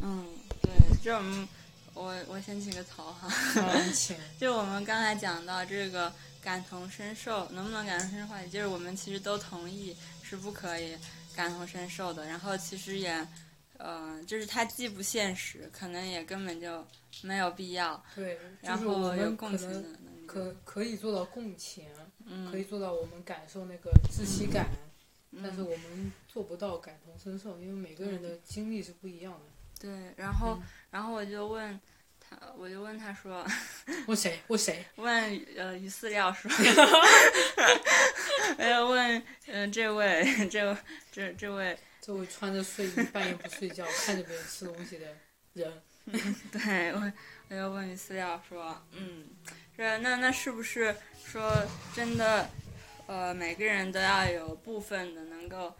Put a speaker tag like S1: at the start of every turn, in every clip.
S1: 嗯就我们我我先起个槽哈，
S2: 嗯请
S1: 就我们刚才讲到这个感同身受，能不能感同身受话题，就是我们其实都同意是不可以感同身受的。然后其实也，嗯、就是它既不现实，可能也根本就没有必要。
S2: 对，就
S1: 然
S2: 是我
S1: 后有
S2: 们
S1: 共
S2: 可
S1: 情
S2: 能
S1: 的能力，
S2: 可可以做到共情，
S1: 嗯，
S2: 可以做到我们感受那个窒息感，
S1: 嗯
S2: 但是我们做不到感同身受，因为每个人的经历是不一样的。
S1: 对。然后
S2: 嗯，
S1: 然后我就问他，我就问他说，
S2: 问谁？问谁？
S1: 问呃于饲料说， 我要问嗯、呃这位这位这这位
S2: 这位穿着睡衣半夜不睡觉，看着别人吃东西的人，
S1: 对我，我就问于饲料说，嗯，说那那是不是说真的，呃，每个人都要有部分的能够，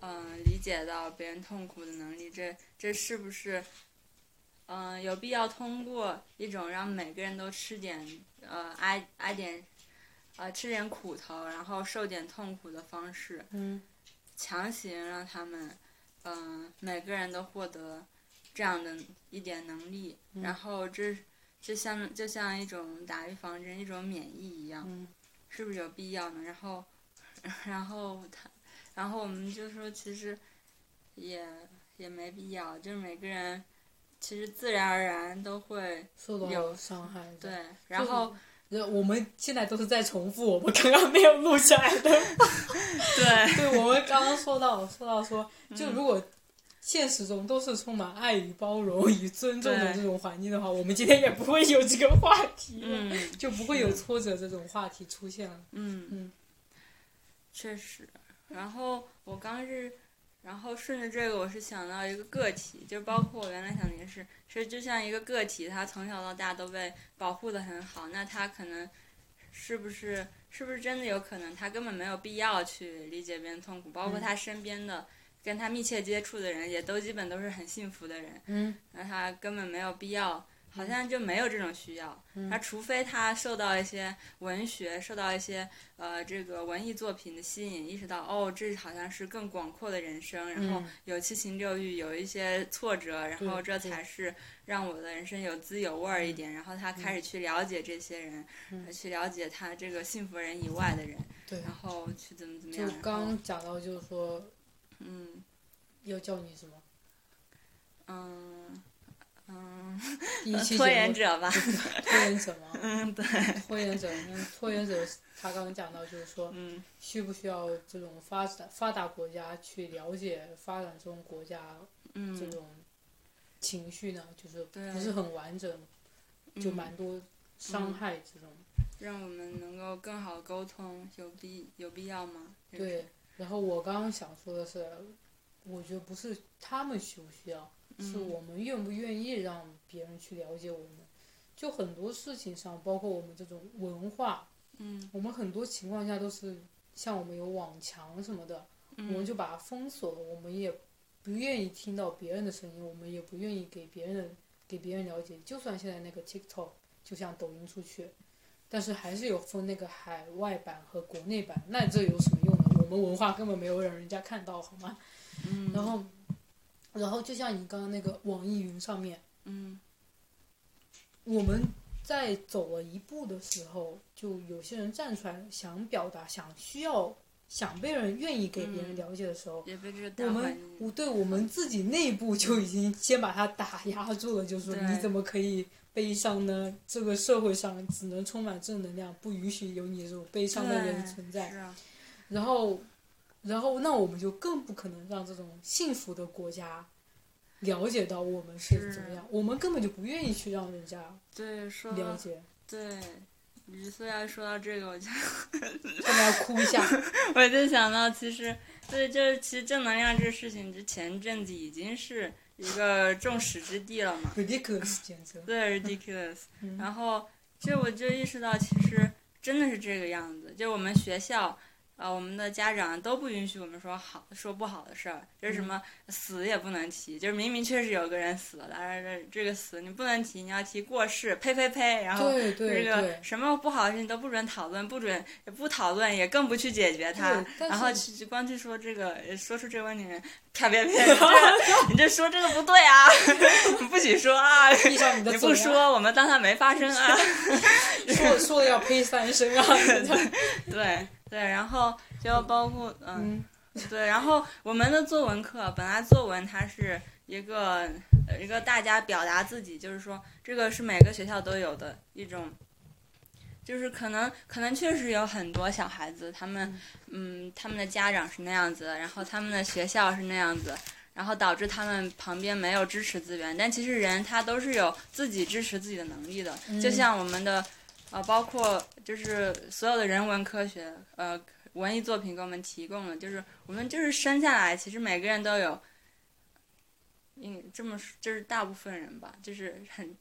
S1: 嗯、理解到别人痛苦的能力，这这是不是，嗯、有必要通过一种让每个人都吃点，呃，挨挨点，呃，吃点苦头，然后受点痛苦的方式，
S2: 嗯，
S1: 强行让他们，嗯、每个人都获得这样的一点能力，
S2: 嗯
S1: 然后这这像就像一种打预防针、一种免疫一样，
S2: 嗯
S1: 是不是有必要呢？然后， 然后他，然后我们就说，其实也也没必要，就是每个人其实自然而然都会
S2: 受到
S1: 有
S2: 伤害的。
S1: 对，然后
S2: 呃，我们现在都是在重复我们刚刚没有录下来的。
S1: 对
S2: 对，我们刚刚说到说到说，
S1: 嗯
S2: 就如果现实中都是充满爱与包容与尊重的
S1: 对
S2: 这种环境的话，我们今天也不会有这个话题了，
S1: 嗯
S2: 就不会有挫折这种话题出现了。
S1: 嗯
S2: 嗯
S1: 确实，然后我刚是，然后顺着这个，我是想到一个个体，就包括我原来想的也是，是就像一个个体，他从小到大都被保护的很好，那他可能是不是是不是真的有可能，他根本没有必要去理解别人痛苦，包括
S2: 嗯
S1: 他身边的、跟他密切接触的人，也都基本都是很幸福的人，
S2: 嗯
S1: 那他根本没有必要，好像就没有这种需要。
S2: 嗯
S1: 他除非他受到一些文学、受到一些呃这个文艺作品的吸引，意识到哦，这好像是更广阔的人生，然后
S2: 嗯
S1: 有七情六欲，有一些挫折，然后
S2: 对
S1: 这
S2: 对
S1: 才是让我的人生有滋有味儿一点。然后他开始去了解这些人，
S2: 嗯
S1: 呃去了解他这个幸福人以外的人，
S2: 对，
S1: 然后去怎么怎么样。
S2: 就
S1: 然后
S2: 刚刚讲到就是说
S1: 嗯
S2: 要叫你什么，
S1: 嗯嗯，
S2: 第一期
S1: 拖
S2: 节
S1: 延
S2: 目
S1: 者吧，
S2: 拖延者吗？
S1: 嗯对，
S2: 拖延者，那拖延者他刚刚讲到就是说。
S1: 嗯
S2: 需不需要这种发展发达国家去了解发展中国家
S1: 嗯，
S2: 这种情绪呢？就是
S1: 对
S2: 不是很完整，就
S1: 嗯
S2: 蛮多伤害这种。
S1: 让我们能够更好沟通，有必有必要吗？就是
S2: 对，，然后我刚刚想说的是，我觉得不是他们需不需要，是
S1: 嗯
S2: 我们愿不愿意让别人去了解我们。就很多事情上，包括我们这种文化，
S1: 嗯
S2: 我们很多情况下都是像我们有网墙什么的，
S1: 嗯，
S2: 我们就把它封锁了，我们也不愿意听到别人的声音，我们也不愿意给别人的给别人了解。就算现在那个 TikTok，就像抖音出去，但是还是有分那个海外版和国内版，那这有什么用呢？我们文化根本没有让人家看到，好吗？
S1: 嗯，
S2: 然后，然后就像你刚刚那个网易云上面，
S1: 嗯
S2: 我们在走了一步的时候，就有些人站出来想表达，想需要。想被人愿意给别人
S1: 嗯
S2: 了解的时候，
S1: 也被这个
S2: 我
S1: 大环
S2: 们
S1: 境，
S2: 我对我们自己内部就已经先把它打压住了，就说
S1: 对
S2: 你怎么可以悲伤呢？这个社会上只能充满正能量，不允许有你这种悲伤的人
S1: 对
S2: 存在
S1: 是。啊，
S2: 然后，然后那我们就更不可能让这种幸福的国家了解到我们是
S1: 是
S2: 怎么样，我们根本就不愿意去让人家
S1: 对，说
S2: 了
S1: 到
S2: 解，
S1: 对。于虽然说到这个，我就
S2: 他们要哭一下。
S1: 我就想到，其实对，就是其实正能量这事情，之前阵子已经是一个众矢之的了嘛。
S2: ridiculous 简直，
S1: 对，ridiculous。
S2: 嗯
S1: 然后，这我就意识到，其实真的是这个样子。就我们学校，啊、我们的家长都不允许我们说好说不好的事儿，就是
S2: 嗯
S1: 什么死也不能提，就是明明确实有个人死了，但是这这个死你不能提，你要提过世，呸呸呸，然后。
S2: 对
S1: 这
S2: 对
S1: 个
S2: 对，
S1: 什么不好的事情都不准讨论，不准也不讨论，也更不去解决它
S2: 对。但
S1: 然后
S2: 是
S1: 去光去说这 个，说出这个问题，啪啪啪，你这你这说这个不对啊，不许 许说啊，
S2: 闭上你的
S1: 你
S2: 嘴、啊，
S1: 不说，我们当它没发生啊。
S2: 说说了要呸三声 啊！
S1: 对对，然后就包括嗯，
S2: 嗯
S1: 对，然后我们的作文课本来作文它是一个呃一个大家表达自己，就是说这个是每个学校都有的一种。就是可能可能确实有很多小孩子，他们嗯，他们的家长是那样子，然后他们的学校是那样子，然后导致他们旁边没有支持资源。但其实人他都是有自己支持自己的能力的，
S2: 嗯
S1: 就像我们的呃，包括就是所有的人文科学呃文艺作品给我们提供了，就是我们就是生下来，其实每个人都有，嗯，这么说就是大部分人吧，就是很。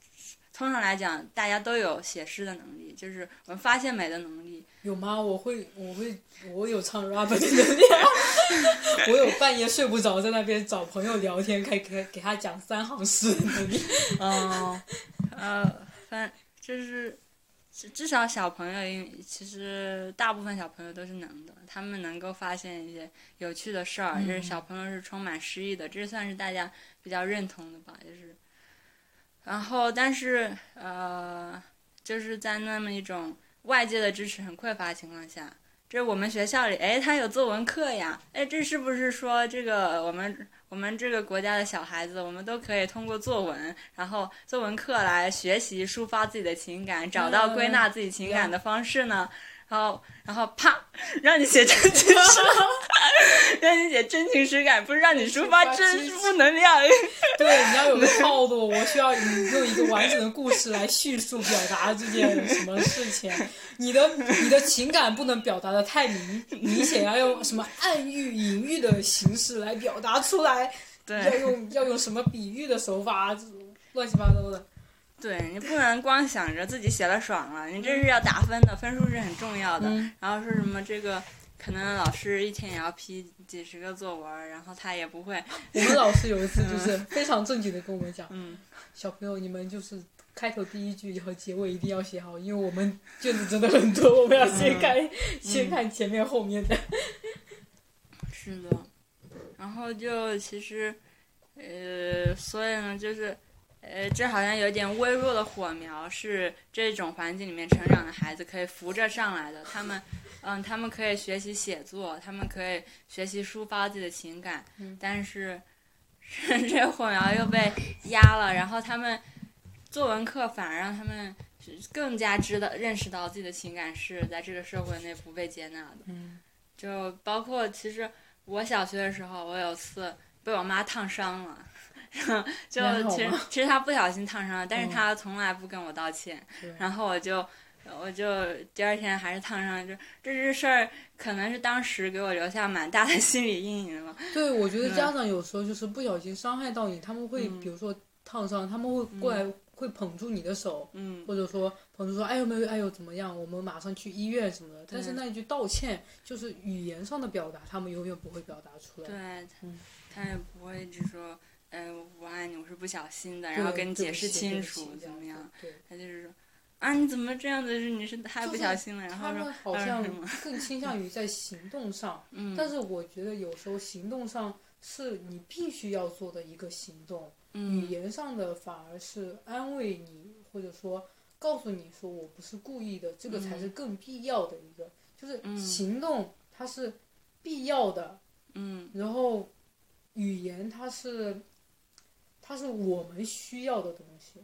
S1: 通常来讲，大家都有写诗的能力，就是我们发现美的能力，
S2: 有吗？我会，我会，我有唱 rap 的能力，啊 我有半夜睡不着，在那边找朋友聊天，给给给他讲三行诗的能力。
S1: 嗯， 呃，反就是至至少小朋友，因为其实大部分小朋友都是能的，他们能够发现一些有趣的事儿，就是小朋友是充满诗意的，这算是大家比较认同的吧，就是。然后，但是呃，就是在那么一种外界的支持很匮乏的情况下，这我们学校里，哎，他有作文课呀，哎，这是不是说这个我们我们这个国家的小孩子，我们都可以通过作文，然后作文课来学习抒发自己的情感，找到归纳自己情感的方式呢？然后，然后啪，让你写真情诗， 让你写真情实感，不是让你抒发真负能量。
S2: 对，你要有个套路，我需要你用一个完整的故事来叙述表达这件什么事情。你的你的情感不能表达的太明明显，要用什么暗喻、隐喻的形式来表达出来，要
S1: 对，
S2: 用要用什么比喻的手法，这种乱七八糟的。
S1: 对你不能光想着自己写了爽了，你这是要打分的，分数是很重要的。
S2: 嗯
S1: 然后说什么这个，可能老师一天也要批几十个作文，然后他也不会，
S2: 我们老师有一次就是非常正经的跟我们讲，
S1: 嗯，
S2: 小朋友，你们就是开头第一句和结尾一定要写好，因为我们卷子真的很多，我们要先看、
S1: 嗯
S2: 先看前面后面的。
S1: 是的。然后就其实，呃，所以呢，就是，呃，这好像有点微弱的火苗，是这种环境里面成长的孩子可以扶着上来的。他们，嗯，他们可以学习写作，他们可以学习抒发自己的情感，
S2: 嗯
S1: 但是 这火苗又被压了，然后他们作文课反而让他们。更加知道认识到自己的情感是在这个社会内不被接纳的。
S2: 嗯
S1: 就包括其实我小学的时候，我有次被我妈烫伤了， 就
S2: 然后
S1: 其实
S2: 吗
S1: 其实她不小心烫伤了，但是
S2: 嗯
S1: 她从来不跟我道歉，
S2: 对
S1: 然后我就。我就第二天还是烫伤了，就这这事儿可能是当时给我留下蛮大的心理阴影了。
S2: 对，我觉得家长有时候就是不小心伤害到你，他们会、
S1: 嗯
S2: 比如说烫伤，他们会过来、会捧住你的手，
S1: 嗯，
S2: 或者说捧住说哎呦没有哎呦怎么样，我们马上去医院什么的。但是
S1: 嗯
S2: 那一句道歉就是语言上的表达，他们永远不会表达出来。
S1: 对，他
S2: 嗯
S1: 他也不会只说，嗯、我爱你，我是不小心的，
S2: 对，
S1: 然后跟你
S2: 对
S1: 解
S2: 不
S1: 释
S2: 起
S1: 清
S2: 对不
S1: 楚
S2: 起
S1: 怎
S2: 这
S1: 么
S2: 子
S1: 样。
S2: 对。
S1: 他就是说，啊，你怎么这样子？是你是太不
S2: 就是
S1: 小心了，然后
S2: 他
S1: 说
S2: 们好
S1: 呃
S2: 像
S1: 什么
S2: 更倾向于在行动上，
S1: 嗯，
S2: 但是我觉得有时候行动上是你必须要做的一个行动，语
S1: 嗯
S2: 言上的反而是安慰你，或者说告诉你说我不是故意的，这个才是更必要的一个，就是
S1: 嗯
S2: 行动它是必要的，
S1: 嗯
S2: 然后语言它是它是我们需要的东西，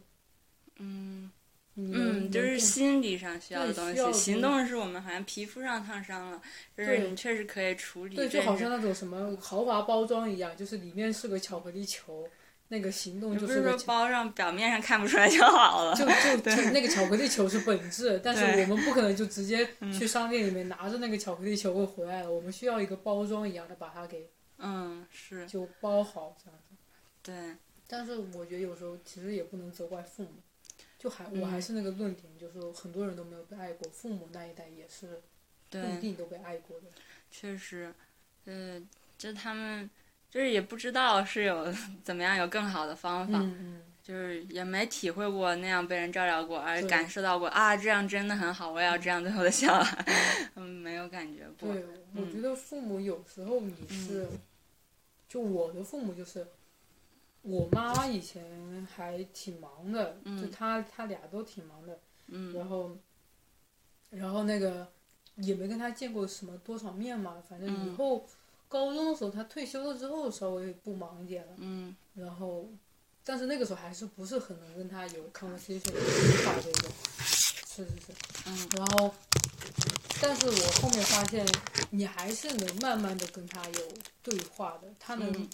S1: 嗯
S2: 你能
S1: 嗯，就是心理上需要的
S2: 对
S1: 东
S2: 需
S1: 西，
S2: 要的
S1: 行
S2: 东
S1: 动是我们好像皮肤上烫伤了，就是
S2: 对
S1: 你确实可以处理，
S2: 对，就
S1: 这
S2: 好
S1: 是
S2: 像那种什么豪华包装一样，就是里面是个巧克力球，那个行动
S1: 你
S2: 就
S1: 不是
S2: 个
S1: 说
S2: 巧
S1: 包上表面上看不出来就好了，
S2: 就就就那个巧克力球是本质，但是
S1: 对嗯
S2: 我们不可能就直接去商店里面拿着那个巧克力球回来了，我们需要一个包装一样的把它给
S1: 嗯，是
S2: 就包好这样子。
S1: 对，
S2: 但是我觉得有时候其实也不能责怪父母，就还
S1: 嗯
S2: 我还是那个论点，就是说很多人都没有被爱过，父母那一代也是不
S1: 对，
S2: 一定都被爱过的。
S1: 确实，呃，就他们就是也不知道是有怎么样有更好的方法，
S2: 嗯嗯。
S1: 就是也没体会过那样被人照料过，而
S2: 对
S1: 感受到过啊，这样真的很好，我也要这样对我的小孩， 嗯，没有感觉过，
S2: 对，我
S1: 嗯
S2: 觉得父母有时候你是，就我的父母就是，我妈以前还挺忙的，就
S1: 嗯
S2: 她她俩都挺忙的，
S1: 嗯
S2: 然后，然后那个也没跟她见过什么多少面嘛，反正以
S1: 嗯
S2: 后高中的时候她退休了之后稍微不忙一点了，
S1: 嗯
S2: 然后，但是那个时候还是不是很能跟她有 conversation 有想法这种，是是是。
S1: 嗯
S2: 然后，但是我后面发现，你还是能慢慢的跟他有对话的，他能、
S1: 嗯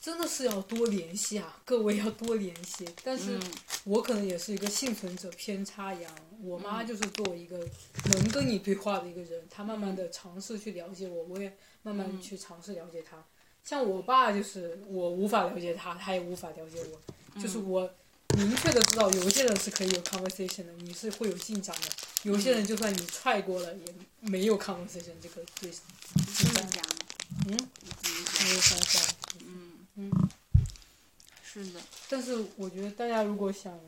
S2: 真的是要多联系啊，各位要多联系。但是
S1: 嗯
S2: 我可能也是一个幸存者偏差羊，我妈
S1: 嗯
S2: 就是作为一个能跟你对话的一个人，她慢慢的
S1: 嗯
S2: 尝试去了解我，我也慢慢地去尝试了解她。像我爸就是我无法了解他，他也无法了解我，
S1: 嗯
S2: 就是我明确的知道有些人是可以有 conversation 的，你是会有进展的；有些人就算你踹过了，也没有 conversation 这个对
S1: 怎么讲？
S2: 嗯，
S1: 怎么讲？
S2: 没有方向。
S1: 嗯
S2: 嗯，
S1: 是的，
S2: 但是我觉得大家如果想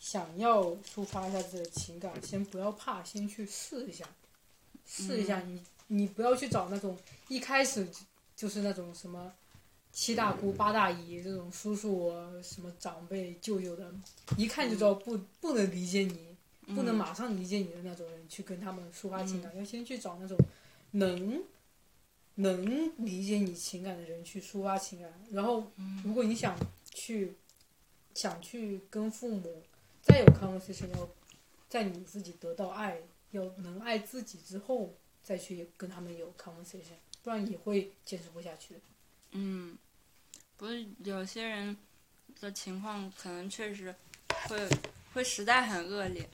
S2: 想要抒发一下自己的情感，先不要怕，先去试一下，试一下你、你不要去找那种一开始就就是那种什么七大姑八大姨这种叔叔啊什么长辈舅舅的，一看就知道不、不能理解你，不
S1: 嗯
S2: 能马上理解你的那种人去跟他们抒发情感，要先去找那种能能理解你情感的人去抒发情感。然后，
S1: 嗯
S2: 如果你想去想去跟父母再有 conversation，要在你自己得到爱，要能爱自己之后再去跟他们有 conversation，不然你会坚持不下去的。
S1: 嗯，不是有些人的情况可能确实会会实在很恶劣。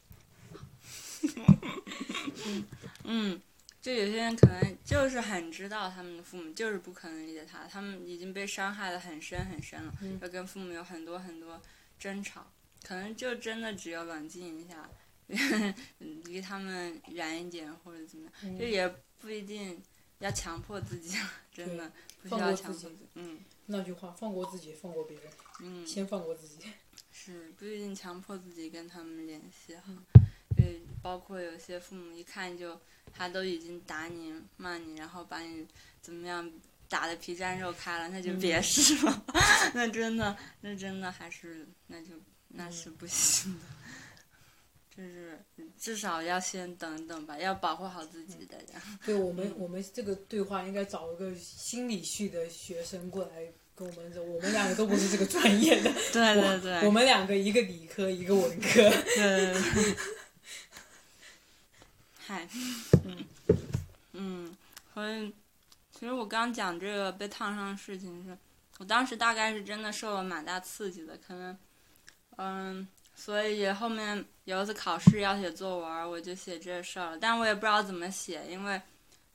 S1: 嗯 嗯，就有些人可能就是很知道他们的父母就是不可能理解他，他们已经被伤害的很深很深了，
S2: 嗯
S1: 要跟父母有很多很多争吵，可能就真的只有冷静一下， 离他们远一点或者怎么样，
S2: 嗯
S1: 就也不一定要强迫自己，啊真的不需
S2: 放
S1: 要
S2: 过
S1: 强迫
S2: 自己
S1: 己嗯。
S2: 那句话，放过自己，放过别人，
S1: 嗯，
S2: 先放过自己。
S1: 是不一定强迫自己跟他们联系哈。
S2: 嗯
S1: 对，包括有些父母一看就他都已经打你、骂你，然后把你怎么样打的皮绽肉开了，那就
S2: 嗯
S1: 别试了。 那真的，那真的还是那就那是
S2: 嗯
S1: 不行的。就是至少要先等等吧，要保护好自己的呀。
S2: 对我
S1: 嗯
S2: 们，我们这个对话应该找一个心理系的学生过来跟我们走，我们两个都不是这个专 业的，
S1: 对对对，
S2: 我们两个一个理科，一个文科。
S1: 对， 嗨，嗯嗯，所以其实我刚讲这个被烫伤的事情是，我当时大概是真的受了蛮大刺激的，可能嗯，所以后面有一次考试要写作文儿，我就写这事儿了，但我也不知道怎么写，因为。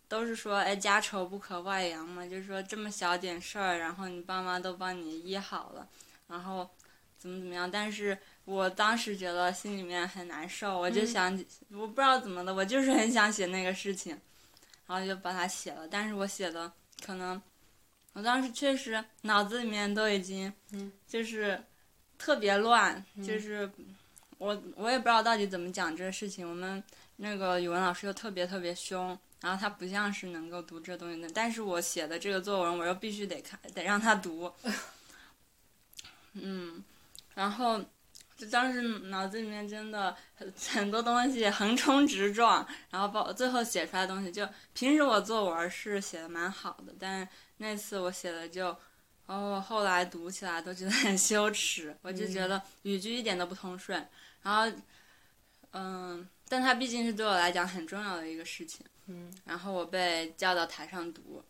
S1: 都是说，哎，家丑不可外扬嘛，就是说这么小点事儿，然后你爸妈都帮你医好了，然后怎么怎么样，但是我当时觉得心里面很难受，我就
S2: 嗯
S1: 想，我不知道怎么的，我就是很想写那个事情，然后就把它写了。但是我写的可能，我当时确实脑子里面都已经
S2: 嗯，
S1: 就是特别乱，
S2: 嗯
S1: 就是我我也不知道到底怎么讲这个事情。我们那个语文老师又特别特别凶，然后他不像是能够读这东西的，但是我写的这个作文，我又必须得看，得让他 读。嗯，然后就当时脑子里面真的很很多东西横冲直撞，然后包最后写出来的东西就，平时我作文是写的蛮好的，但是那次我写的就，哦，后来读起来都觉得很羞耻，我就觉得语句一点都不通顺，然后，嗯，但它毕竟是对我来讲很重要的一个事情。
S2: 嗯
S1: 然后我被叫到台上读，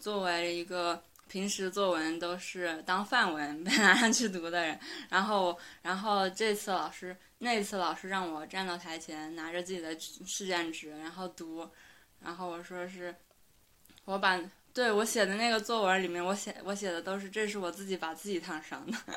S1: 作为一个平时作文都是当范文 被拿上去读的人，然后然后这次老师那次老师让我站到台前，拿着自己的试卷纸，然后读，然后我说是，我把对我写的那个作文里面，我写我写的都是这是我自己把自己烫伤的，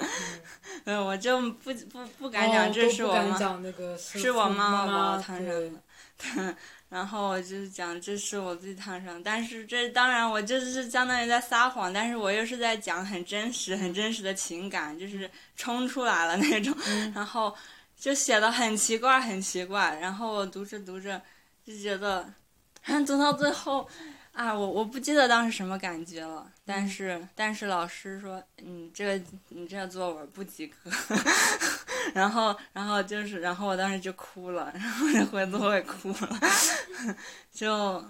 S2: 嗯，
S1: 嗯，我就不不不敢讲这是
S2: 哦
S1: 我
S2: 都不敢
S1: 妈
S2: 讲那个是
S1: 是我妈
S2: 妈
S1: 把我烫伤
S2: 对
S1: 的。然后我就是讲这是我自己烫伤，但是这当然我就是相当于在撒谎，但是我又是在讲很真实、很真实的情感，就是冲出来了那种，
S2: 嗯
S1: 然后就写的很奇怪，很奇怪。然后我读着读着就觉得，读到最后，啊，我我不记得当时什么感觉了，但是、但是老师说你这个你这个作文不及格， 然后然后就是然后我当时就哭了，然后就回座位哭了， 就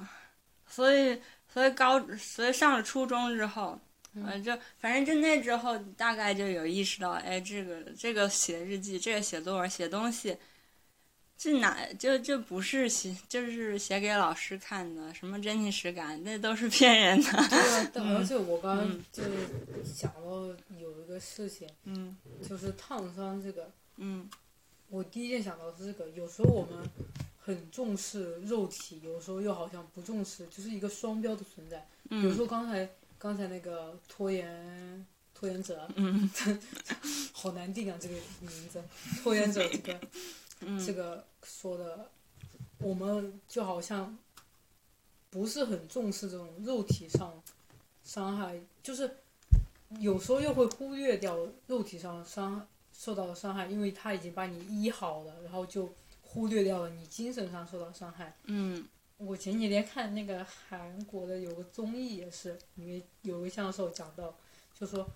S1: 所以所以高所以上了初中之后，
S2: 嗯
S1: 呃，就反正就那之后大概就有意识到，哎，这个这个写日记，这个写作文写东西。这哪就就不是写，就是写给老师看的，什么真情实感，那都是骗人的。
S2: 对啊，但而且我刚
S1: 嗯
S2: 刚就是想到有一个事情，
S1: 嗯
S2: 就是烫伤这个，
S1: 嗯
S2: 我第一件想到的是这个。有时候我们很重视肉体，有时候又好像不重视，就是一个双标的存在。比
S1: 嗯
S2: 如说刚才刚才那个拖延拖延者，啊
S1: 嗯，
S2: 好难定啊这个名字，拖延者这个 这
S1: 嗯
S2: 个说的，我们就好像不是很重视这种肉体上伤害，就是有时候又会忽略掉肉体上伤受到的伤害，因为他已经把你医好了，然后就忽略掉了你精神上受到的伤害。
S1: 嗯
S2: 我前几天看那个韩国的有个综艺也是，里面有个教授讲到，就说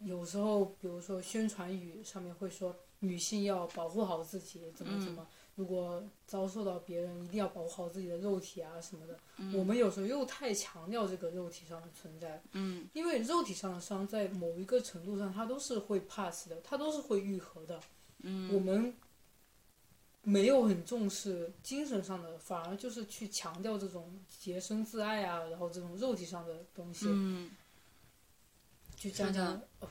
S2: 有时候，比如说宣传语上面会说女性要保护好自己，怎么怎么，如果遭受到别人，一定要保护好自己的肉体啊什么的。
S1: 嗯
S2: 我们有时候又太强调这个肉体上的存在，
S1: 嗯
S2: 因为肉体上的伤在某一个程度上，它都是会 pass 的，它都是会愈合的。我
S1: 嗯
S2: 们没有很重视精神上的，反而就是去强调这种洁身自爱啊，然后这种肉体上的东西，
S1: 嗯
S2: 就讲
S1: 是
S2: 讲
S1: 的
S2: 哦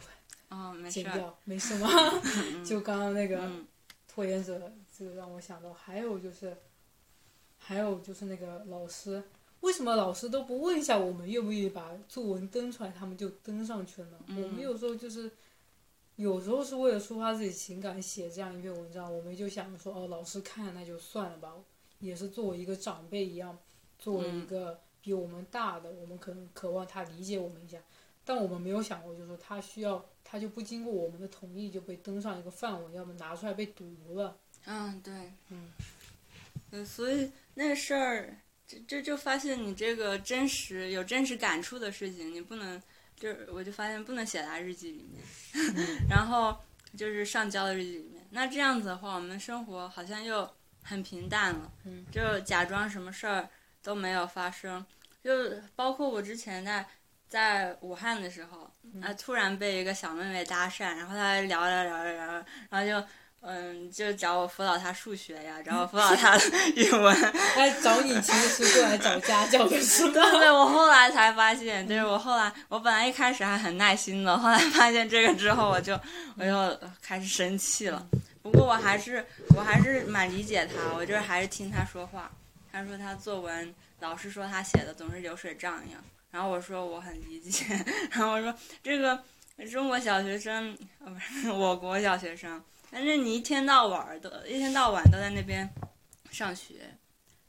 S1: 哦，没
S2: 剪
S1: 事儿。
S2: 掉，没 什么。就刚刚那个
S1: 嗯
S2: 拖延者，这个让我想到，还有就是，还有就是那个老师，为什么老师都不问一下我们愿不愿意把作文登出来，他们就登上去了呢？
S1: 嗯
S2: 我们有时候就是。有时候是为了抒发自己情感写这样一篇文章，我们就想说哦，老师看那就算了吧，也是作为一个长辈一样，作为一
S1: 嗯
S2: 个比我们大的，我们可能渴望他理解我们一下，但我们没有想过，就是说他需要，他就不经过我们的同意就被登上一个范文，要么拿出来被堵了。
S1: 嗯，对，
S2: 嗯
S1: 嗯，所以那事儿，这这就发现你这个真实有真实感触的事情，你不能，就是我就发现不能写在日记里面，
S2: 嗯
S1: 然后就是上交的日记里面。那这样子的话，我们生活好像又很平淡了，
S2: 嗯
S1: 就假装什么事儿都没有发生。就包括我之前在在武汉的时候，
S2: 嗯
S1: 啊，突然被一个小妹妹搭讪，然后她聊着聊着聊着，然后就。嗯，就找我辅导她数学呀，找我辅导她语文。
S2: 来哎找你其实是过来找家教的，是
S1: 对
S2: 吧？
S1: 对，我后来才发现，就是我后来，我本来一开始还很耐心的，后来发现这个之后，我就我就开始生气了。不过我还是我还是蛮理解他，我就是还是听他说话。他说他作文老师说他写的总是流水账一样，然后我说我很理解， 然后我说这个中国小学生，呃不是 我国小学生，反正你一天到晚儿都一天到晚都在那边上学，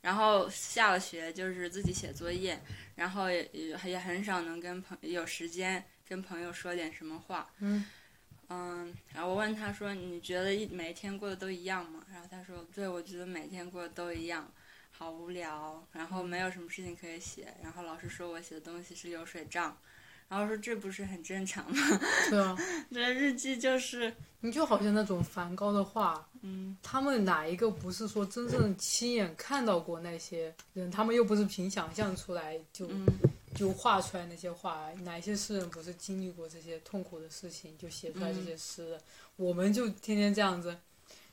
S1: 然后下了学就是自己写作业，然后也也也很少能跟朋有时间跟朋友说点什么话。
S2: 嗯
S1: 嗯，然后我问他说：“你觉得一每一天过得都一样吗？”然后他说：“对，我觉得每天过得都一样，好无聊，然后没有什么事情可以写。然后老师说我写的东西是流水账，然后我说这不是很正常吗？
S2: 对啊，
S1: 这日记就是，
S2: 你就好像那种梵高的画，
S1: 嗯
S2: 他们哪一个不是说真正亲眼看到过那些人？他们又不是凭想象出来就
S1: 嗯
S2: 就画出来那些画，哪些诗人不是经历过这些痛苦的事情，就写出来
S1: 嗯
S2: 这些诗的？我们就天天这样子，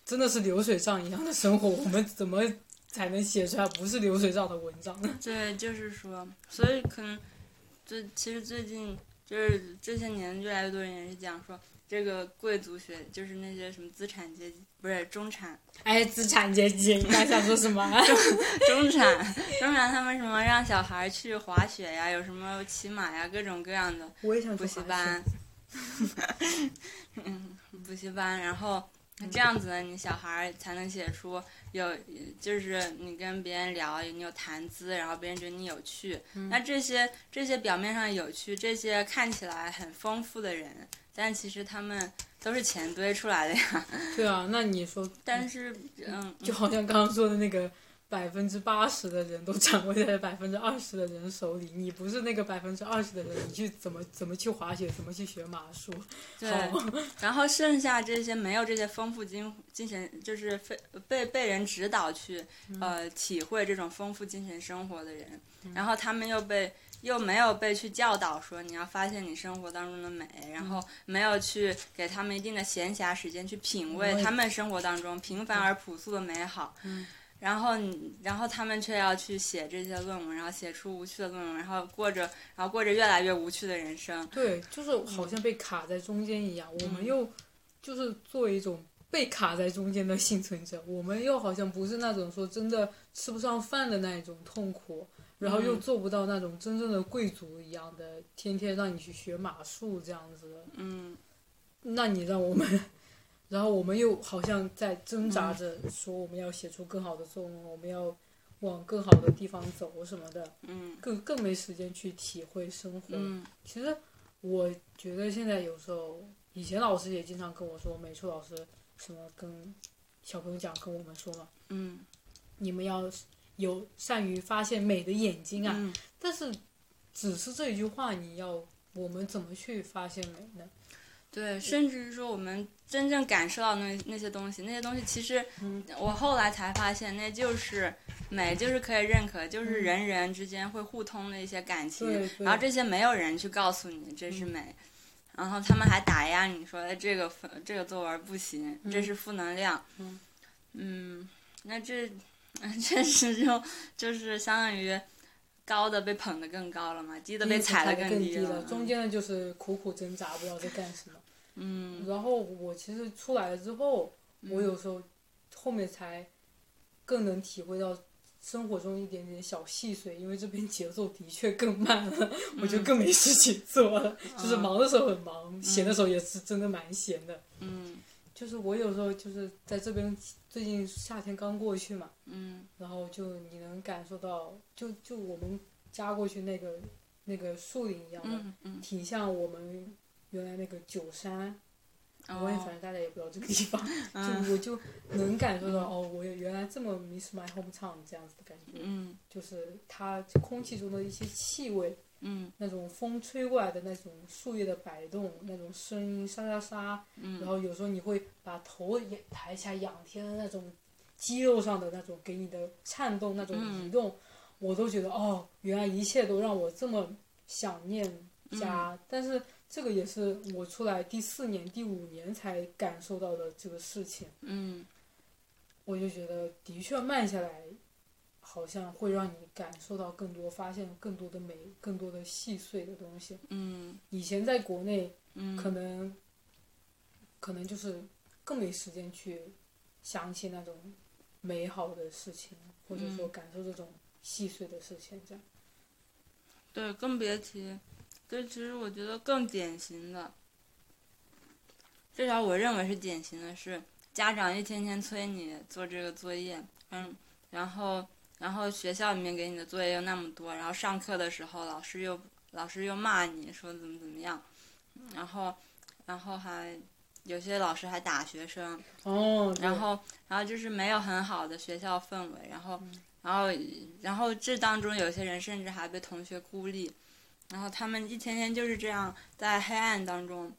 S2: 真的是流水账一样的生活，我们怎么才能写出来不是流水账的文章呢？
S1: 对，就是说，所以可能最其实最近就是这些年越来越多人也是讲说，这个贵族学就是那些什么资产阶级，不是中产。”
S2: 哎，资产阶级，你还想说什么？啊
S1: 中产，中产他们什么让小孩去滑雪呀，有什么骑马呀，各种各样的
S2: 我也想
S1: 补习
S2: 说
S1: 班，嗯，补习班，然后这样子呢，你小孩才能写出有，就是你跟别人聊，你有谈资，然后别人觉得你有趣。
S2: 嗯
S1: 那这些这些表面上有趣，这些看起来很丰富的人，但其实他们都是钱堆出来的呀。
S2: 对啊，那你说，
S1: 但是，嗯，
S2: 就好像刚刚说的那个百分之八十的人都掌握在百分之二十的人手里，你不是那个百分之二十的人，你去怎么怎么去滑雪，怎么去学马术？
S1: 对
S2: 好，
S1: 然后剩下这些没有这些丰富精精神，就是非被被人指导去呃体会这种丰富精神生活的人，然后他们又被又没有被去教导说你要发现你生活当中的美，然后没有去给他们一定的闲暇时间去品味
S2: 味
S1: 他们生活当中平凡而朴素的美好。
S2: 嗯
S1: 然后你，然后他们却要去写这些论文，然后写出无趣的论文，然后过着，然后过着越来越无趣的人生。
S2: 对，就是好像被卡在中间一样。我们又就是作为一种被卡在中间的幸存者，我们又好像不是那种说真的吃不上饭的那一种痛苦，然后又
S1: 嗯
S2: 做不到那种真正的贵族一样的，天天让你去学马术这样子的。
S1: 嗯，
S2: 那你让我们，然后我们又好像在挣扎着说我们要写出更好的作文，我们要往更好的地方走什么的，
S1: 嗯
S2: 更更没时间去体会生活。
S1: 嗯
S2: 其实我觉得现在有时候，以前老师也经常跟我说，美术老师什么跟小朋友讲，跟我们说嘛，
S1: 嗯
S2: 你们要有善于发现美的眼睛啊。
S1: 嗯，
S2: 但是，只是这一句话，你要我们怎么去发现美呢？嗯
S1: 对，甚至是说我们真正感受到那那些东西，那些东西其实
S2: 嗯
S1: 我后来才发现，那就是美，就是可以认可，就是
S2: 嗯
S1: 人人之间会互通的一些感情
S2: 对，对嗯
S1: 然后这些没有人去告诉你这是美。然后他们还打压你说，哎，这个分这个作文不行，
S2: 嗯
S1: 这是负能量。
S2: 嗯
S1: 嗯那这 确实就就是相当于高的被捧得更高了嘛，低的被踩
S2: 得
S1: 得
S2: 更
S1: 低
S2: 了，
S1: 嗯
S2: 中间的就是苦苦挣扎，不知道在干什么。
S1: 嗯
S2: 然后我其实出来了之后，我有时候后面才更能体会到生活中一点点小细碎，因为这边节奏的确更慢了，我
S1: 嗯
S2: 就更没事情做了。就是忙的时候很忙，闲的时候也是真的蛮闲的。
S1: 嗯
S2: 就是我有时候就是在这边，最近夏天刚过去嘛，
S1: 嗯
S2: 然后就你能感受到，就就我们家过去那个那个树林一样的，
S1: 嗯嗯，
S2: 挺像我们原来那个九山，我也
S1: 哦，
S2: 反正大家也不知道这个地方，
S1: 嗯
S2: 就我就能感受到哦，我原来这么 miss my hometown 这样子的感觉，
S1: 嗯
S2: 就是它空气中的一些气味，
S1: 嗯
S2: 那种风吹过来的那种树叶的摆动，那种声音沙沙沙，然
S1: 嗯
S2: 后有时候你会把头也抬起来仰天的那种肌肉上的那种给你的颤动，那种
S1: 嗯
S2: 移动，我都觉得哦，原来一切都让我这么想念家。
S1: 嗯
S2: 但是这个也是我出来第四年、第五年才感受到的这个事情，
S1: 嗯
S2: 我就觉得的确慢下来，好像会让你感受到更多，发现更多的美，更多的细碎的东西。
S1: 嗯
S2: 以前在国内，
S1: 嗯，
S2: 可能，可能就是更没时间去想起那种美好的事情，或者说
S1: 嗯
S2: 感受这种细碎的事情，这样。
S1: 对，更别提，对，其实我觉得更典型的，至少我认为是典型的是，家长一天天催你做这个作业，嗯，然后然后学校里面给你的作业又那么多，然后上课的时候老师又老师又骂你说怎么怎么样，然后然后还有些老师还打学生，
S2: 哦，对
S1: 然后然后就是没有很好的学校氛围，然后、
S2: 嗯
S1: 然后然后这当中有些人甚至还被同学孤立，然后他们一天天就是这样在黑暗当中，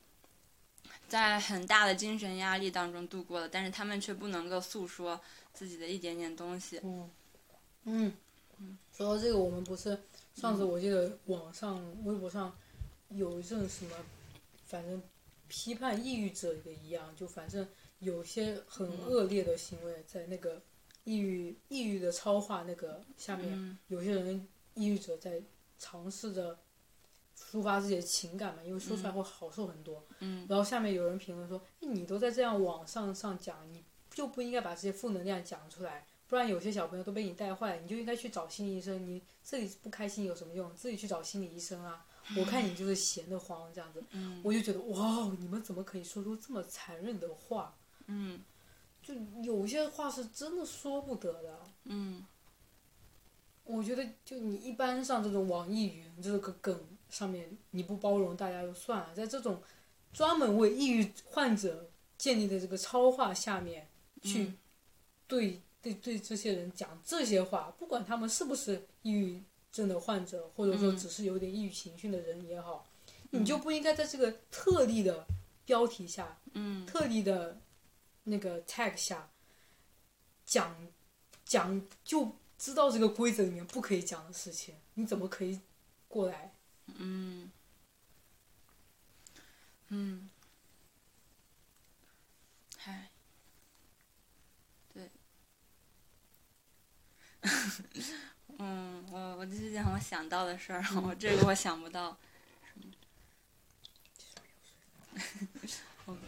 S1: 在很大的精神压力当中度过的，但是他们却不能够诉说自己的一点点东西。
S2: 嗯，嗯，说到这个，我们不是上次我记得网上、微博上有一阵什么，反正批判抑郁者也一样，就反正有些很恶劣的行为，在那个抑郁抑郁的超话那个下面，
S1: 嗯
S2: 有些人抑郁者在尝试着抒发自己的情感嘛，因为说出来会好受很多。
S1: 嗯
S2: 然后下面有人评论说：“哎你都在这样网上上讲，你就不应该把这些负能量讲出来，不然有些小朋友都被你带坏了，你就应该去找心理医生。你自己不开心有什么用？自己去找心理医生啊！我看你就是闲得慌这样子。”
S1: 嗯
S2: 我就觉得哇，哦你们怎么可以说出这么残忍的话？
S1: 嗯
S2: 就有些话是真的说不得的。
S1: 嗯
S2: 我觉得，就你一般上这种网易云这个梗上面，你不包容大家就算了，在这种专门为抑郁患者建立的这个超话下面，去
S1: 嗯
S2: 对对对这些人讲这些话，不管他们是不是抑郁症的患者，或者说
S1: 嗯
S2: 只是有点抑郁情绪的人也好，你就不应该在这个特例的标题下、
S1: 嗯
S2: 特例的那个 tag 下讲讲就知道这个规则里面不可以讲的事情，你怎么可以过来？
S1: 嗯嗯，嗨，对， 嗯，我我就是讲我想到的事儿， 我这个我想不到。OK，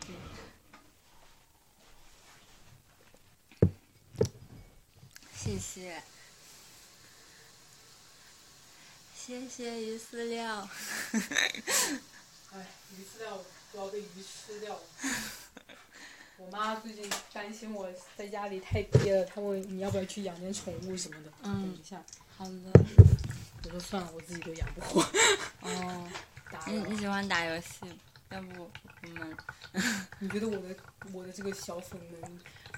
S1: 谢谢，谢谢鱼饲料。
S2: 哎，鱼饲料不要被鱼吃掉了。我妈最近担心我在家里太憋了，她问你要不要去养点宠物什么的。
S1: 嗯
S2: 等一下，
S1: 好的。
S2: 我说算了，我自己都养不活。
S1: 哦，
S2: 打
S1: 你
S2: 扰
S1: 你喜欢打游戏？要不我们
S2: 你觉得我的我的这个小粉能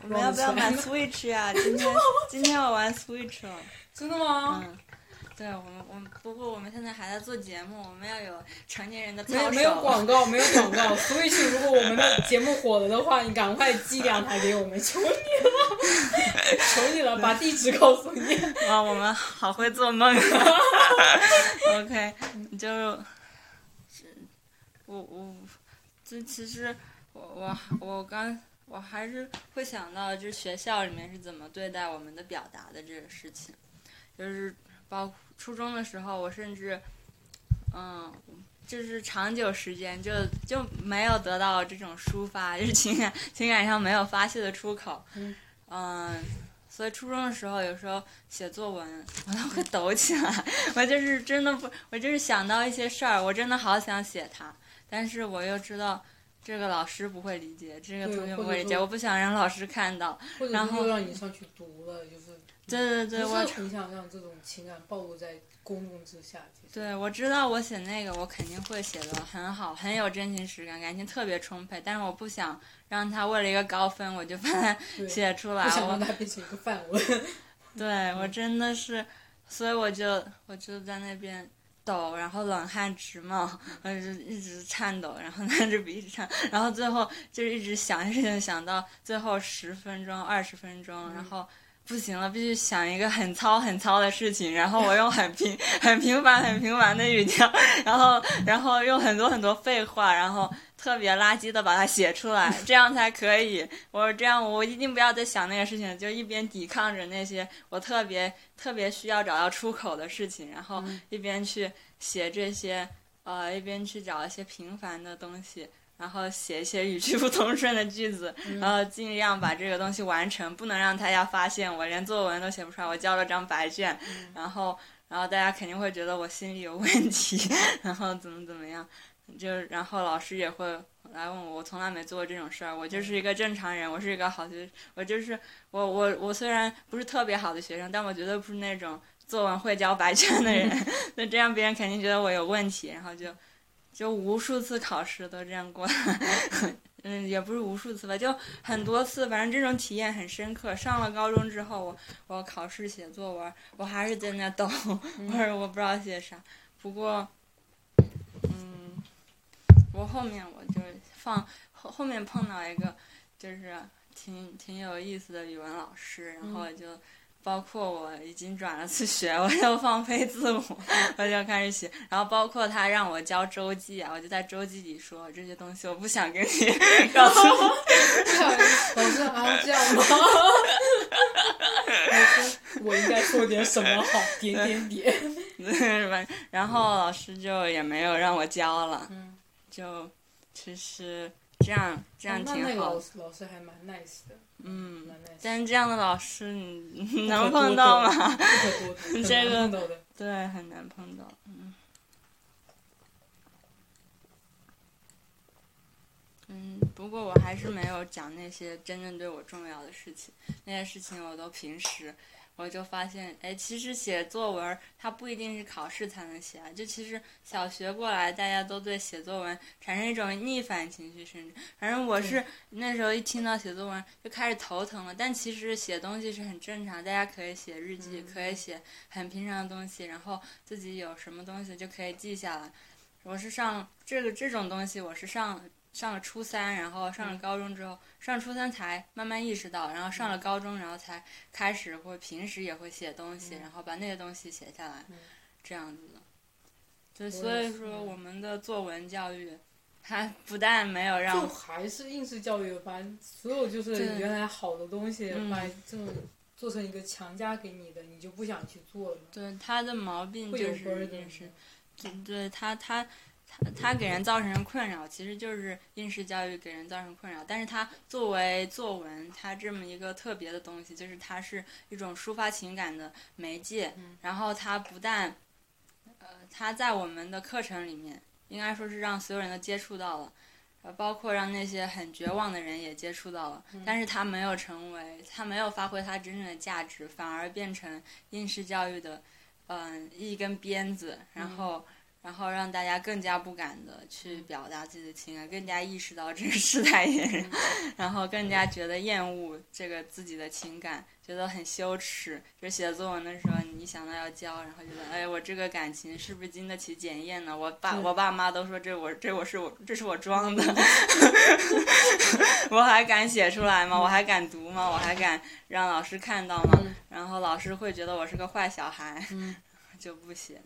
S1: 我
S2: 们要不要买
S1: Switch 呀、今 天今天我玩 Switch 了。
S2: 真的吗？
S1: 嗯，对我们我们不过我们现在还在做节目，我们要有成年人的
S2: 没
S1: 操
S2: 有
S1: 守。
S2: 没有广告，没有广告。所以去，如果我们的节目火了的话，你赶快寄两台给我们，求你了，求你了，把地址告诉你。
S1: 啊， 我们好会做梦。OK，你就，是我我，就其实我我我刚我还是会想到，就是学校里面是怎么对待我们的表达的这个事情，就是包括初中的时候，我甚至，嗯。就是长久时间就就没有得到这种抒发，就是情感情感上没有发泄的出口，
S2: 嗯
S1: 嗯，所以初中的时候有时候写作文，我都会抖起来。我就是真的不，我就是想到一些事儿，我真的好想写它，但是我又知道这个老师不会理解，这个
S2: 对
S1: 同学
S2: 或
S1: 不
S2: 者
S1: 会理解，
S2: 说
S1: 我不想让老师看到。
S2: 或者
S1: 然
S2: 是
S1: 后
S2: 又让你上去读了，就是
S1: 对对对，
S2: 不
S1: 我
S2: 是很想让这种情感暴露在公众之下。其实，
S1: 对我知道我写那个我肯定会写的很好，很有真情实感，感情特别充沛，但是我不想让他为了一个高分我就把它
S2: 对，
S1: 写出来。
S2: 不想
S1: 我
S2: 让它变成一个范 文。
S1: 对我真的是，所以我就我就在那边抖，然后冷汗直冒，我就一直颤抖，然后拿着笔一直颤，然后最后就是一直想事情，想到最后十分钟、二十分钟，然
S2: 嗯
S1: 后。不行了，必须想一个很糙很糙的事情，然后我用很平、 很平凡、很平凡的语调，然后然后用很多很多废话，然后特别垃圾的把它写出来，这样才可以。我这样，我一定不要再想那个事情，就一边抵抗着那些我特别特别需要找到出口的事情，然后
S2: 嗯
S1: 一边去写这些，呃，一边去找一些平凡的东西，然后写一些语句不通顺的句子，
S2: 嗯
S1: 然后尽量把这个东西完成，不能让大家发现我连作文都写不出来，我交了张白卷，
S2: 嗯
S1: 然后然后大家肯定会觉得我心里有问题， 然后怎么怎么样，就然后老师也会来问我，我从来没做过这种事儿，我就是一个正常人，我是一个好学，我就是我我我虽然不是特别好的学生，但我绝对不是那种作文会交白卷的人， 那这样别人肯定觉得我有问题，然后就就无数次考试都这样过 来，嗯，也不是无数次吧，就很多次，反正这种体验很深刻。上了高中之后，我我考试写作文，我还是在那抖，或者我不知道写啥。不过，嗯，我后面我就放后后面碰到一个就是挺挺有意思的语文老师，然后我就。包括我已经转了次学，我就放飞自我， 我就开始写。然后包括他让我交周记啊，我就在周记里说这些东西我不想跟你告诉你。
S2: 老师啊，这样吗？我说我应该说点什么好？点点点。
S1: 对，然后老师就也没有让我教了，
S2: 嗯，
S1: 就其实这样这样
S2: 哦嗯那那
S1: 挺
S2: 个
S1: 好
S2: 老
S1: 的，
S2: 师老师还蛮 nice 的，
S1: 嗯。
S2: 蛮 nice 的。
S1: 但是这样的老师你 你
S2: 不可
S1: 能
S2: 多
S1: 碰到
S2: 得
S1: 吗？
S2: 不可多 得，很难
S1: 这个
S2: 碰到的。
S1: 对，很难碰到。嗯，嗯，不过我还是没有讲那些真正对我重要的事情，那些事情我都平时我就发现，哎，其实写作文儿它不一定是考试才能写啊，就其实小学过来，大家都对写作文产生一种逆反情绪，甚至反正我是那时候一听到写作文就开始头疼了。但其实写东西是很正常，大家可以写日记，
S2: 嗯
S1: 可以写很平常的东西，然后自己有什么东西就可以记下来。我是上这个这种东西，我是上上了初三，然后
S2: 嗯
S1: 上了高中之后，上初三才慢慢意识到，然后上
S2: 嗯
S1: 了高中，然后才开始会平时也会写东西，
S2: 嗯
S1: 然后把那些东西写下来，
S2: 嗯
S1: 这样子的。对，
S2: 也
S1: 所以
S2: 是
S1: 说
S2: 嗯
S1: 我们的作文教育，它不但没有让
S2: 就还是应试教育把所有就是
S1: 对
S2: 原来好的东西
S1: 嗯
S2: 把这种做成一个强加给你的，你就不想去做了嘛，
S1: 对他的毛病
S2: 会有
S1: 嗯就
S2: b u
S1: 是
S2: r
S1: 一
S2: d
S1: 定是对对他他他他给人造成困扰，其实就是应试教育给人造成困扰。但是它作为作文，它这么一个特别的东西，就是它是一种抒发情感的媒介。
S2: 嗯
S1: 然后它不但呃，它在我们的课程里面，应该说是让所有人都接触到了。呃，包括让那些很绝望的人也接触到了，
S2: 嗯
S1: 但是它没有成为，它没有发挥它真正的价值，反而变成应试教育的，嗯、一根鞭子，然
S2: 嗯
S1: 后然后让大家更加不敢的去表达自己的情感，更加意识到这个时代眼人，然后更加觉得厌恶这个自己的情感，觉得很羞耻。就是写作文的时候，你一想到要交，然后觉得，哎，我这个感情是不是经得起检验呢？我爸
S2: 对
S1: 我爸妈都说这我这我是我这是我装的， 我还敢写出来吗？我还敢读吗？我还敢让老师看到吗？
S2: 嗯
S1: 然后老师会觉得我是个坏小孩。
S2: 嗯，
S1: 就不写。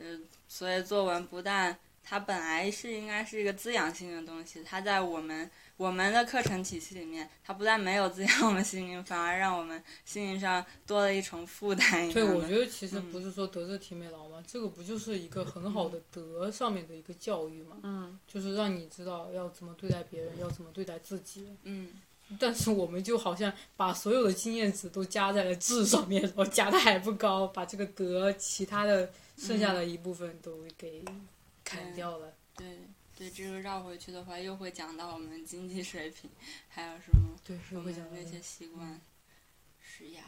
S1: 嗯，所以作文不但它本来是应该是一个滋养性的东西，它在我们我们的课程体系里面，它不但没有滋养我们心灵，反而让我们心灵上多了一重负担一
S2: 对，
S1: 样
S2: 我
S1: 的。
S2: 觉得其实
S1: 嗯
S2: 不是说德智体美劳嘛，这个不就是一个很好的德上面的一个教育嘛，
S1: 嗯
S2: 就是让你知道要怎么对待别人，要怎么对待自己。
S1: 嗯，
S2: 但是我们就好像把所有的经验值都加在了智上面，然后加的还不高，把这个德其他的剩下的一部分都给
S1: 嗯
S2: 砍掉了。
S1: 对对，这个绕回去的话，又会讲到我们经济水平，还有什么
S2: 对，是
S1: 我
S2: 会
S1: 们
S2: 讲到嗯
S1: 那些习惯，是呀。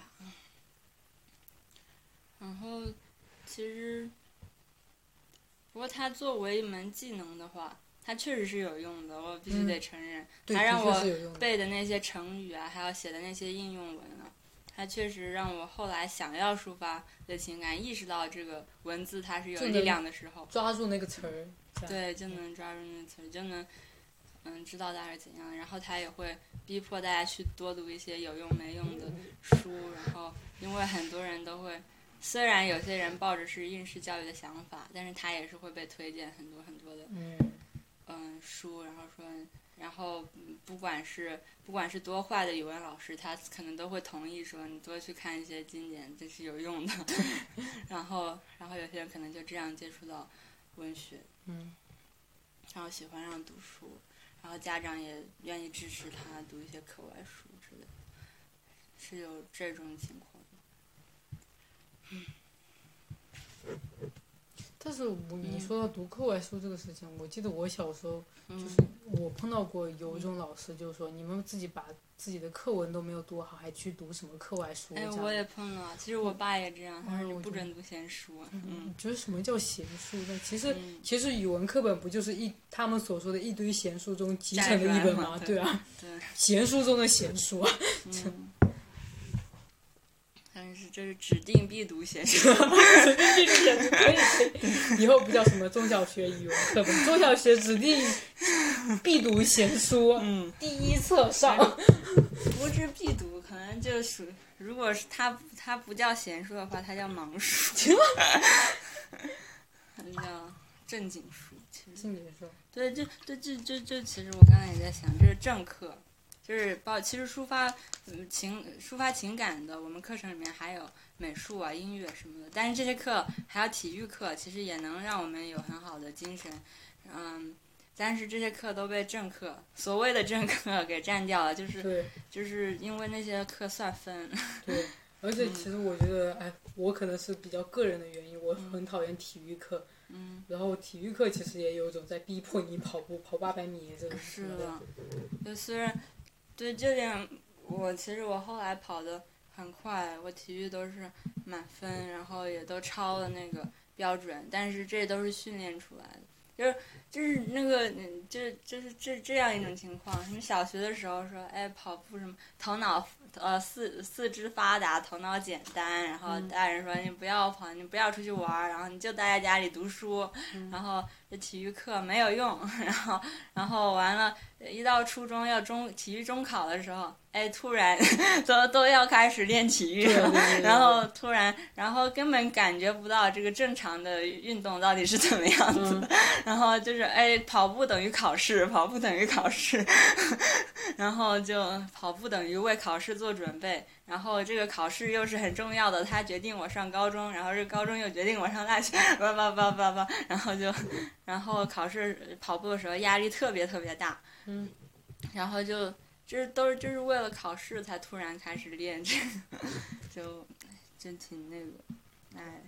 S1: 然后，其实，不过它作为一门技能的话，它确实是有用的，我必须
S2: 嗯
S1: 得承认。
S2: 对，
S1: 还让
S2: 的确
S1: 我
S2: 是有用的。
S1: 背的那些成语啊，还有写的那些应用文啊，它确实让我后来想要抒发的情感，意识到这个文字它是有
S2: 就
S1: 力
S2: 能
S1: 量的时候，
S2: 抓住那个词儿，这样，
S1: 对，就能抓住那词儿，就能嗯知道大概是怎样。然后他也会逼迫大家去多读一些有用没用的书，然后因为很多人都会，虽然有些人抱着是应试教育的想法，但是他也是会被推荐很多很多的
S2: 嗯，
S1: 嗯书，然后说。然后，嗯不管是不管是多坏的语文老师，他可能都会同意说你多去看一些经典，这是有用的。 然后，然后有些人可能就这样接触到文学。
S2: 嗯，
S1: 然后喜欢上读书，然后家长也愿意支持他读一些课外书之类的，是有这种情况的。
S2: 但是我你
S1: 嗯
S2: 说到读课外书这个事情，我记得我小时候
S1: 嗯
S2: 就是我碰到过有一种老师，就是说你们自己把自己的课文都没有读好，还去读什么课外书？
S1: 哎，
S2: 这样
S1: 我也碰到，其实我爸也这样，他说
S2: 嗯
S1: 你
S2: 我
S1: 不
S2: 觉得
S1: 准读闲书。嗯
S2: 嗯，就是什么叫闲书呢？其实
S1: 嗯，
S2: 其实语文课本不就是一他们所说的一堆闲书中集成的一
S1: 摘
S2: 本吗
S1: 出来嘛？对
S2: 对啊，
S1: 对，
S2: 闲书中的闲 书啊。
S1: 嗯，但是这是指定必读闲书。
S2: 这个简直可以可以，以后不叫什么中小学语文课本，中小学指定必读闲书，
S1: 嗯，
S2: 第一册上。
S1: 不是必读，可能就属，如果是它它不叫闲书的话，它叫盲 书， 它叫正经书。其实
S2: 是你说，
S1: 对，就对，就就就，其实我刚才也在想，这是正课，就是包，其实抒发嗯情抒发情感的，我们课程里面还有美术啊、音乐什么的，但是这些课还有体育课，其实也能让我们有很好的精神，嗯，但是这些课都被正课，所谓的正课 给占掉了，就是
S2: 对
S1: 就是因为那些课算分，
S2: 对。而且
S1: 嗯
S2: 其实我觉得，哎，我可能是比较个人的原因，我很讨厌体育课。
S1: 嗯，
S2: 然后体育课其实也有一种在逼迫你跑步，跑八百米这种什
S1: 是
S2: 么的。
S1: 的，就虽然对这点，我其实我后来跑的。很快，我体育都是满分，然后也都超了那个标准，但是这都是训练出来的，就是就是那个，嗯就是就是这这样一种情况。什么小学的时候说，哎，跑步什么头脑呃四四肢发达，头脑简单，然后
S2: 嗯
S1: 大人说你不要跑，你不要出去玩儿，然后你就待在家里读书，
S2: 嗯
S1: 然后这体育课没有用， 然后然后完了，一到初中要中体育中考的时候，哎，突然 都都要开始练体育
S2: 对对
S1: 了，
S2: 对
S1: 然后突然，然后根本感觉不到这个正常的运动到底是怎么样子，
S2: 嗯，
S1: 然后就是哎，跑步等于考试，跑步等于考试， 然后就跑步等于为考试做准备，然后这个考试又是很重要的，它决定我上高中，然后这高中又决定我上大学，叭叭叭叭叭，然后就，然后考试跑步的时候压力特别特别大，
S2: 嗯，
S1: 然后就这都是就是为了考试才突然开始练这个， 就就挺那个，哎，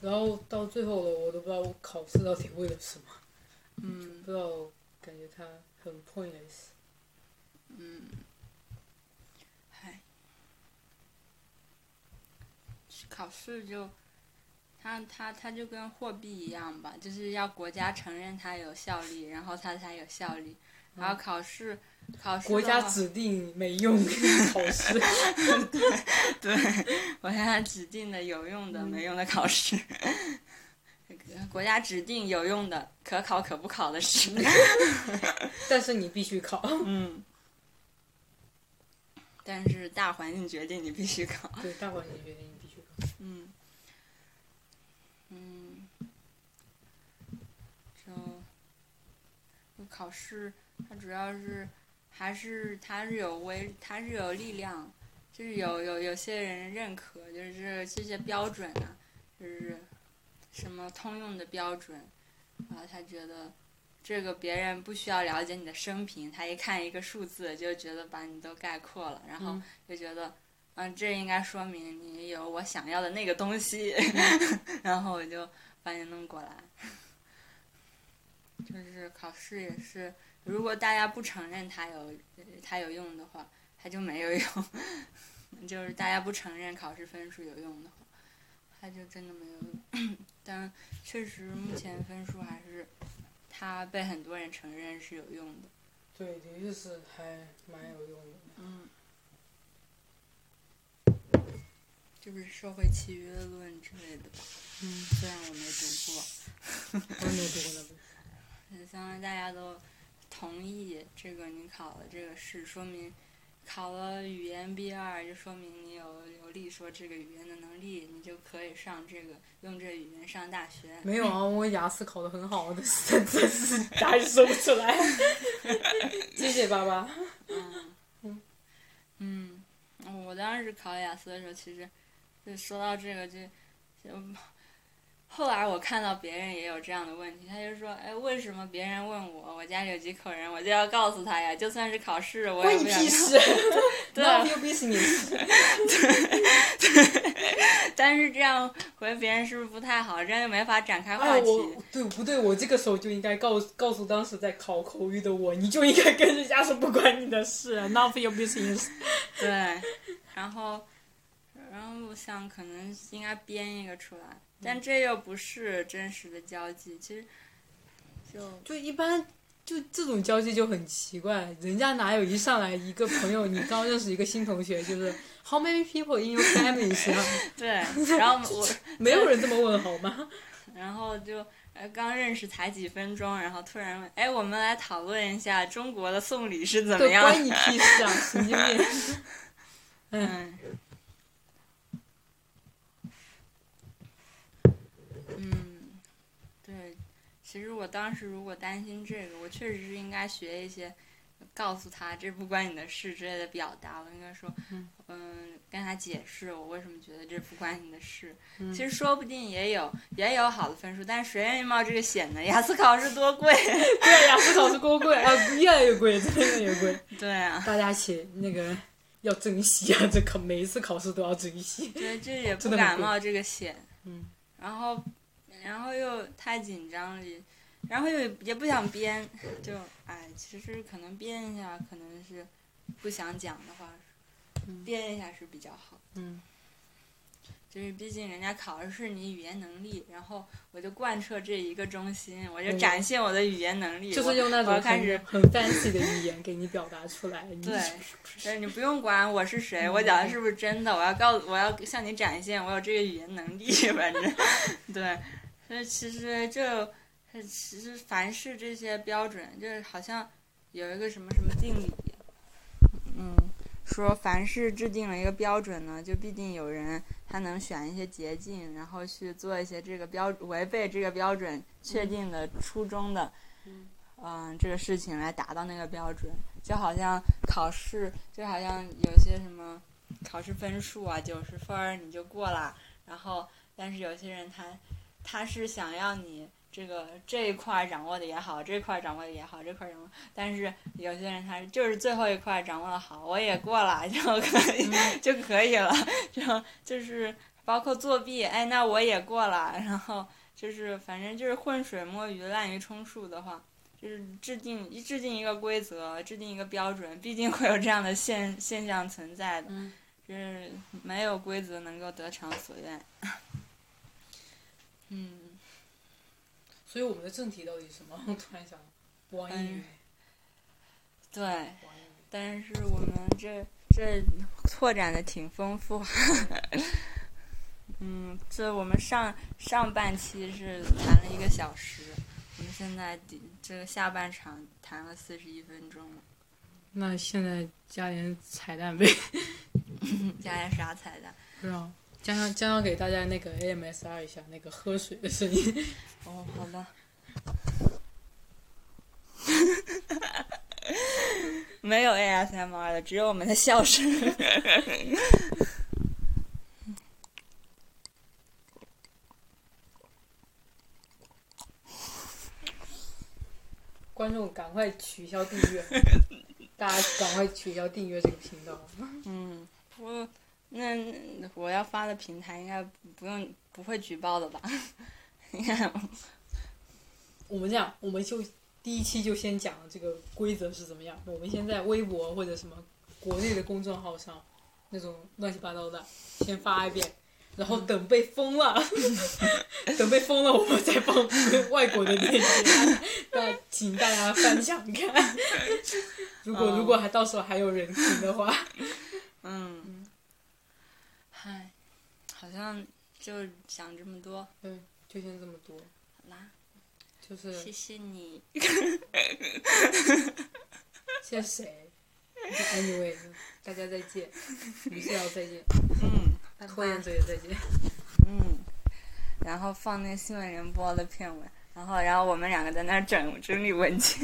S2: 然后到最后了，我都不知道我考试到底为了什么，
S1: 嗯
S2: 不知道，感觉它很 pointless。
S1: 嗯，哎，考试就。它它它就跟货币一样吧，就是要国家承认它有效力，然后它才有效力。然后考试，考试的
S2: 嗯国家
S1: 话
S2: 指定没 用考试，
S1: 对，国家指定的有用的、没用的考试，国家指定有用的可考可不考的试。
S2: 但是你必须考。
S1: 嗯， 但是大环境决定你必须考。
S2: 对，大环境决定你必须考。
S1: 嗯，嗯，就就考试，它主要是还是它是有威，它是有力量，就是有有有些人认可，就是这些标准啊，就是什么通用的标准，然后他觉得。这个别人不需要了解你的生平，他一看一个数字就觉得把你都概括了，然后
S2: 嗯
S1: 就觉得，嗯，这应该说明你有我想要的那个东西， 然后我就把你弄过来。就是考试也是，如果大家不承认它有它有用的话，它就没有用。 就是大家不承认考试分数有用的话，它就真的没有用。 但确实目前分数还是它被很多人承认是有用的。
S2: 对，的确是还蛮有用的。
S1: 嗯，就是社会契约论之类的吧。
S2: 嗯，
S1: 虽然我没读过，
S2: 我也没有读过那本。
S1: 就相当于大家都同意这个你考了这个试，说明考了语言 B 二，就说明你有流利说这个语言的能力，你就可以上这个用这语言上大学。
S2: 没有啊，我雅思考得很好，但是但是 答案说不出 来，结结巴巴。
S1: 嗯，嗯，我当时考雅思的时候，其实就说到这个就，就后来我看到别人也有这样的问题，他就说：“哎，为什么别人问我，我家里有几口人，我就要告诉他呀？就算是考试，我也
S2: 关
S1: 不
S2: 你
S1: 想
S2: 屁事
S1: 对啊
S2: ，Not your business。
S1: 但是这样回别人是不是不太好？这样就没法展开话
S2: 哎，
S1: 题。
S2: 我对不对？我这个时候就应该告诉告诉当时在考口语的我，你就应该跟人家说不关你 的事啊，Not your business。
S1: 对，然后，然后我想可能应该编一个出来，
S2: 嗯
S1: 但这又不是真实的交际，其实就。
S2: 就一般就这种交际就很奇怪，人家哪有一上来一个朋友，你刚认识一个新同学，就是 How many people in your family 是吧？
S1: 对，然后我，
S2: 没有人这么问好吗？
S1: 然后就呃刚认识才几分钟，然后突然问，哎，我们来讨论一下中国的送礼是怎么
S2: 对，
S1: 样？
S2: 关你屁事啊，神经病！嗯，
S1: 嗯，嗯，对，其实我当时如果担心这个，我确实是应该学一些告诉他这不关你的事之类的表达。我应该说，
S2: 嗯
S1: 嗯，跟他解释我为什么觉得这不关你的事。
S2: 嗯
S1: 其实说不定也有也有好的分数，但是谁愿意冒这个险呢？雅思考试多贵。
S2: 对呀，思考是多贵啊，越来越贵，真的越来越贵。
S1: 对啊，
S2: 大家一起那个要珍惜啊，这考每一次考试都要珍惜。
S1: 对， 这也不
S2: 真的很
S1: 敢
S2: 贵
S1: 冒这个险。
S2: 嗯，
S1: 然后，然后又太紧张了，也然后又也不想编，就哎，其实可能编一下，可能是不想讲的话，编一下是比较好的。
S2: 嗯
S1: 就是毕竟人家考的是你语言能力，然后我就贯彻这一个中心，我就展现我的语言能力。
S2: 就是用那
S1: 我
S2: 种
S1: 要开始
S2: 很很 fancy 的语言给你表达出来。你
S1: 对，就是你不用管我是谁，我讲的是不是真的，我要告我要向你展现我有这个语言能力， 反正对，所以其实就其实凡是这些标准，就是好像有一个什么什么定理，嗯，说凡是制定了一个标准呢，就必定有人他能选一些捷径，然后去做一些这个标违背这个标准确定的初衷的，
S2: 嗯
S1: 嗯，这个事情来达到那个标准，就好像考试，就好像有些什么考试分数啊，九十分儿你就过啦，然后但是有些人他他是想要你。这个这一块儿掌握的也好，这块儿掌握的也好，这块儿掌握，但是有些人他就是最后一块掌握的好，我也过了就可以、就可以了，就就是包括作弊，哎，那我也过了，然后就是反正就是浑水摸鱼、滥竽充数的话，就是制定一制定一个规则，制定一个标准，必定会有这样的现现象存在的，
S2: 嗯
S1: 就是没有规则能够得偿所愿。嗯。
S2: 所以我们的正题到底是什么？我突然想，网
S1: 哎
S2: 易云，
S1: 对，
S2: 网易云，
S1: 但是我们这这拓展的挺丰富。 嗯，这我们上上半期是谈了一个小时，我们现在第这个下半场谈了四十一分钟了，
S2: 那现在加点彩蛋呗，
S1: 加点啥彩蛋？
S2: 不知道。加上加上给大家那个 AMSR 一下那个喝水的声音，
S1: 哦，好的。 没有 ASMR 的，只有我们的笑声。
S2: 观众赶快取消订阅，大家赶快取消订阅这个频道。
S1: 嗯，我那那我要发的平台应该不用不会举报的吧？应 该
S2: 我们这样，我们就第一期就先讲这个规则是怎么样。我们先在微博或者什么国内的公众号上，那种乱七八糟的，先发一遍，然后等被封了，等被封了，我们再放外国的链接。那请大家翻墙看。如果
S1: 嗯
S2: 如果还到时候还有人听的话，
S1: 嗯，嗨，好像就讲这么多
S2: 嗯，就先这么多，
S1: 好啦，
S2: 就是
S1: 谢谢你。
S2: 谢谢谁？Anyway，大家再见，于是要再见，
S1: 嗯，拜
S2: 拖延
S1: 拜。
S2: 者也再见。
S1: 嗯，然后放那新闻联播的片尾，然后然后我们两个在那儿整整理文件。